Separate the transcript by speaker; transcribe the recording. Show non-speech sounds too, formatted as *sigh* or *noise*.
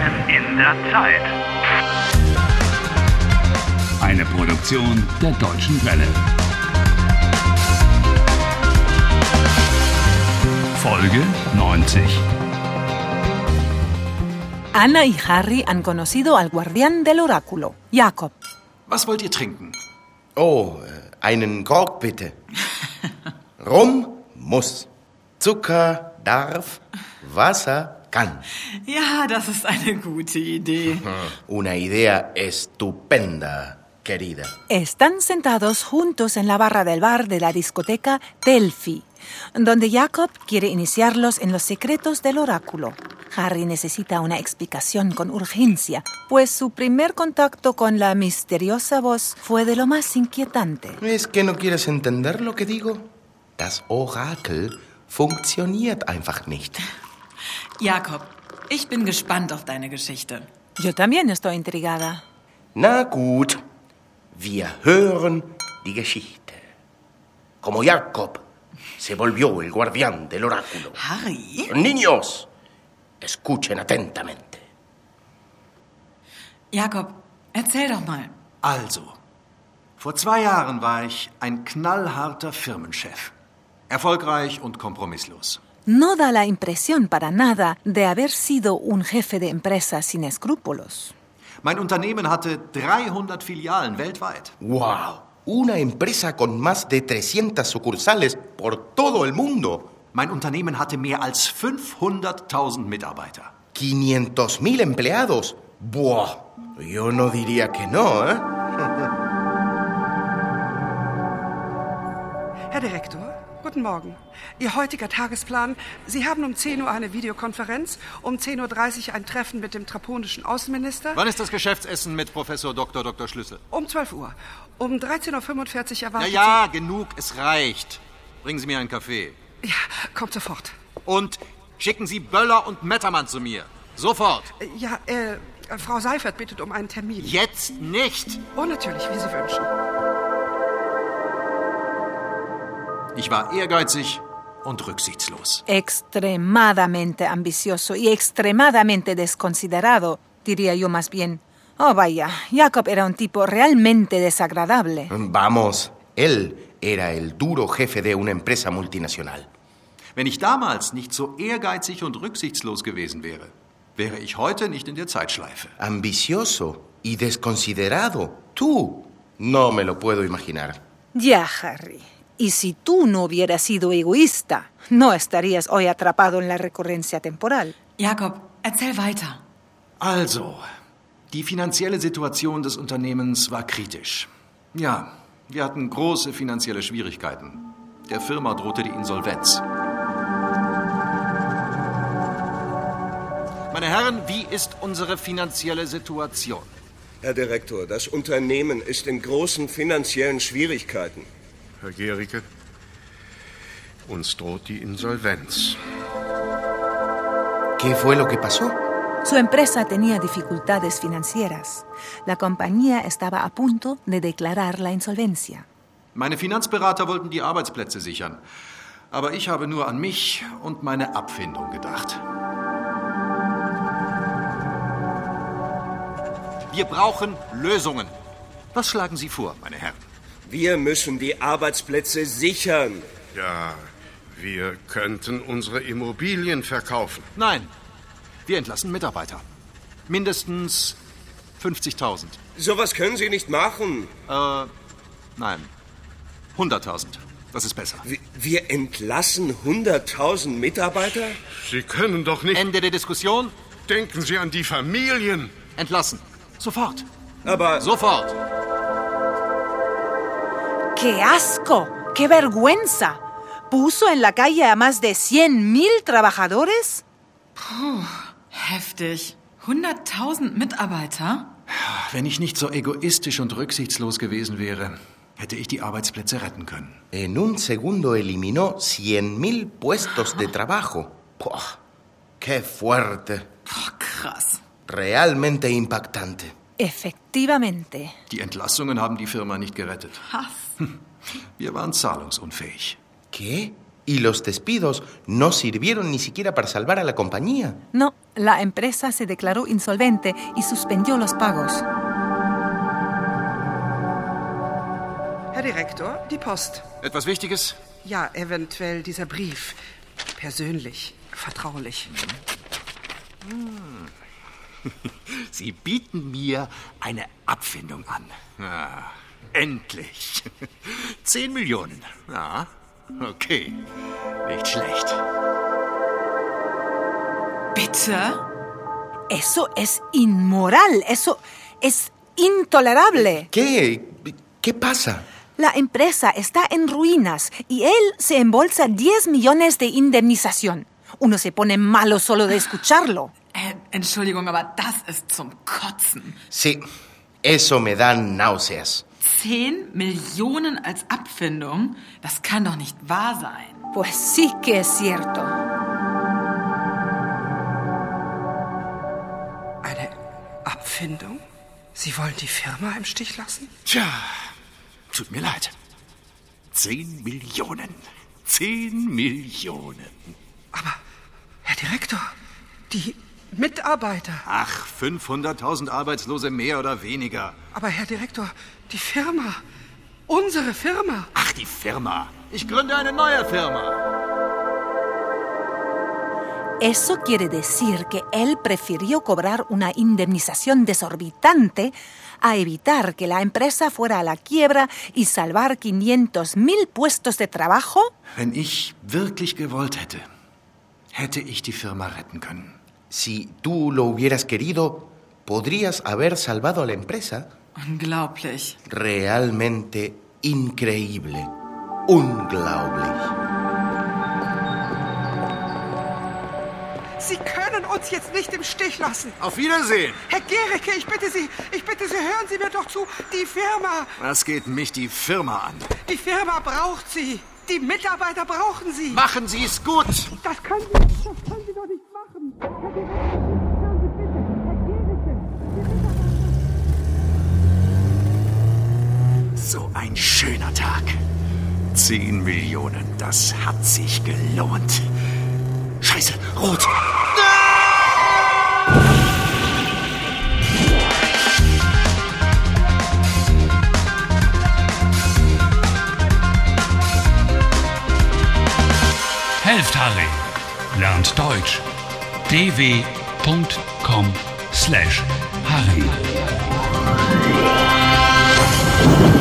Speaker 1: seiner Zeit.
Speaker 2: Eine Produktion der Deutschen Welle. Folge 90.
Speaker 3: Ana y Harry han conocido al guardián del oráculo, Jacob.
Speaker 4: Was wollt ihr trinken?
Speaker 5: Oh, äh, einen
Speaker 6: *laughs*
Speaker 5: Kork bitte. Rum muss. Zucker darf. Wasser kann.
Speaker 6: Ja, das ist eine gute Idee.
Speaker 5: *laughs* Una idea estupenda, querida.
Speaker 3: Están sentados juntos en la barra del bar de la discoteca Delphi, donde Jacob quiere iniciarlos en los secretos del oráculo. Harry necesita una explicación con urgencia, pues su primer contacto con la misteriosa voz fue de lo más inquietante.
Speaker 5: ¿Es que no quieres entender lo que digo? Das Orakel funktioniert einfach nicht.
Speaker 6: Jakob, ich bin gespannt auf deine Geschichte.
Speaker 3: Yo también estoy intrigada.
Speaker 5: Na gut, wir hören die Geschichte. Como Jacob se volvió el guardián del oráculo.
Speaker 6: Harry?
Speaker 5: Niños, escuchen atentamente.
Speaker 6: Jakob, erzähl doch mal.
Speaker 4: Also, vor zwei Jahren war ich ein knallharter Firmenchef. Erfolgreich und kompromisslos.
Speaker 3: No da la impresión para nada de haber sido un jefe de empresa sin escrúpulos.
Speaker 4: Mein Unternehmen hatte 300 Filialen weltweit.
Speaker 5: ¡Wow! Una empresa con más de 300 sucursales por todo el mundo.
Speaker 4: Mein Unternehmen hatte mehr als 500.000 Mitarbeiter.
Speaker 5: 500.000 empleados. ¡Buah! Yo no diría que no, ¿eh?
Speaker 7: Herr Direktor, guten Morgen. Ihr heutiger Tagesplan. Sie haben um 10 Uhr eine Videokonferenz, um 10.30 Uhr ein Treffen mit dem traponischen Außenminister,
Speaker 4: Wann ist das Geschäftsessen mit Professor Dr. Dr. Schlüssel?
Speaker 7: um 12 Uhr. Um 13.45 Uhr
Speaker 4: Ja,
Speaker 7: erwartet
Speaker 4: ja, genug, es reicht. Bringen Sie mir einen Kaffee.
Speaker 7: Sie... Ja, kommt sofort.
Speaker 4: Und schicken Sie Böller und Mettermann zu mir. Sofort.
Speaker 7: Äh, Ja, äh, Frau Seifert bittet um einen Termin.
Speaker 4: Jetzt nicht.
Speaker 7: Oh, natürlich, wie Sie wünschen.
Speaker 4: Ich war ehrgeizig und rücksichtslos.
Speaker 3: Extremadamente ambicioso y extremadamente desconsiderado, diría yo más bien. Oh, vaya, Jacob era un tipo realmente desagradable.
Speaker 5: Vamos, él era el duro jefe de una empresa multinacional.
Speaker 4: Wenn ich damals nicht so ehrgeizig und rücksichtslos gewesen wäre, wäre ich heute nicht in der Zeitschleife.
Speaker 5: Ambicioso y desconsiderado. Tú. No me lo puedo imaginar.
Speaker 3: Ya, Harry. Y si tú no hubieras sido egoísta, no estarías hoy atrapado en la recurrencia temporal.
Speaker 6: Jakob, erzähl weiter.
Speaker 4: Also, die finanzielle Situation des Unternehmens war kritisch. Ja, wir hatten große finanzielle Schwierigkeiten. Der Firma drohte die Insolvenz. Meine Herren, wie ist unsere finanzielle Situation?
Speaker 8: Herr Direktor, das Unternehmen ist in großen finanziellen Schwierigkeiten.
Speaker 9: Herr Gericke, uns droht die Insolvenz.
Speaker 5: ¿Qué fue lo que pasó?
Speaker 3: Su empresa tenía dificultades financieras. La compañía estaba a punto de declarar la insolvencia.
Speaker 4: Meine Finanzberater wollten die Arbeitsplätze sichern. Aber ich habe nur an mich und meine Abfindung gedacht. Wir brauchen Lösungen. Was schlagen Sie vor, meine Herren?
Speaker 8: Wir müssen die Arbeitsplätze sichern.
Speaker 9: Ja, Ah, wir könnten unsere Immobilien verkaufen.
Speaker 4: Nein, wir entlassen Mitarbeiter. Mindestens 50.000.
Speaker 8: Sowas können Sie nicht machen.
Speaker 4: Nein, 100.000. Das ist besser.
Speaker 8: Wir- Wir entlassen 100.000 Mitarbeiter?
Speaker 9: Sie können doch nicht.
Speaker 4: Ende der Diskussion.
Speaker 9: Denken Sie an die Familien.
Speaker 4: Entlassen. Sofort.
Speaker 8: Aber
Speaker 4: Sofort.
Speaker 3: ¡Qué asco! ¡Qué vergüenza! ¿Puso en la calle a más de 100.000 trabajadores?
Speaker 6: Heftig. 100.000 Mitarbeiter?
Speaker 4: Wenn ich nicht so egoistisch und rücksichtslos gewesen wäre, hätte ich die Arbeitsplätze retten können.
Speaker 5: En un segundo eliminó 100.000 puestos de trabajo. Puah, ¡Qué fuerte!
Speaker 6: Boah, krass.
Speaker 5: Realmente impactante.
Speaker 3: Efectivamente.
Speaker 4: Die Entlassungen haben die Firma nicht gerettet.
Speaker 6: Hass.
Speaker 4: Wir waren Hm. zahlungsunfähig.
Speaker 5: ¿Qué? y los despidos no sirvieron ni siquiera para salvar a la compañía.
Speaker 3: No, la empresa se declaró insolvente y suspendió los pagos.
Speaker 7: Herr Direktor, die Post.
Speaker 4: Etwas Wichtiges?
Speaker 7: Ja, eventuell dieser Brief. Persönlich, vertraulich.
Speaker 4: Sie bieten mir eine Abfindung an. Ah, endlich. *laughs* Zehn Millionen. Ja, okay. Nicht schlecht.
Speaker 6: Bitte?
Speaker 3: Eso es inmoral, eso es intolerable.
Speaker 5: ¿Qué? ¿Qué pasa?
Speaker 3: La empresa está en ruinas y él se embolsa 10 millones de indemnización. Uno se pone malo solo de escucharlo.
Speaker 6: Äh, Entschuldigung, aber das ist zum Kotzen.
Speaker 5: Sí, eso me da náuseas.
Speaker 6: Zehn Millionen als Abfindung? Das kann doch nicht wahr sein.
Speaker 3: Pues sí que es cierto.
Speaker 7: Eine Abfindung? Sie wollen die Firma im Stich lassen?
Speaker 4: Tja, tut mir leid. Zehn Millionen. Zehn Millionen.
Speaker 7: Aber, Herr Direktor, die Mitarbeiter.
Speaker 4: Ach, 500.000 Arbeitslose mehr oder weniger.
Speaker 7: Aber, Herr Direktor, die Firma. Unsere Firma.
Speaker 4: Ach, die Firma. Ich gründe eine neue Firma.
Speaker 3: Eso quiere decir que él prefirió cobrar una indemnización desorbitante a evitar que la empresa fuera a la quiebra y salvar 500 mil puestos de trabajo.
Speaker 4: Wenn ich wirklich gewollt hätte, hätte ich die Firma retten können.
Speaker 5: Si tú lo hubieras querido, podrías haber salvado a la empresa.
Speaker 6: Unglaublich.
Speaker 5: Realmente increíble. Unglaublich.
Speaker 7: Sie können uns jetzt nicht im Stich lassen.
Speaker 4: Auf Wiedersehen.
Speaker 7: Herr Gericke, ich bitte Sie, ich bitte Sie, hören Sie mir doch zu. Die Firma,
Speaker 4: Was geht mich die Firma an?
Speaker 7: die Firma braucht Sie. Die Mitarbeiter brauchen Sie.
Speaker 4: Machen Sie es gut.
Speaker 7: Das können Sie, das können Sie doch nicht machen. Herr Gericke, hören Sie bitte. Herr Gericke, die Mitarbeiter...
Speaker 4: So ein schöner Tag. 10 Millionen, das hat sich gelohnt. Scheiße, rot.
Speaker 2: Helft Harry. Lernt Deutsch. dw.com/harry.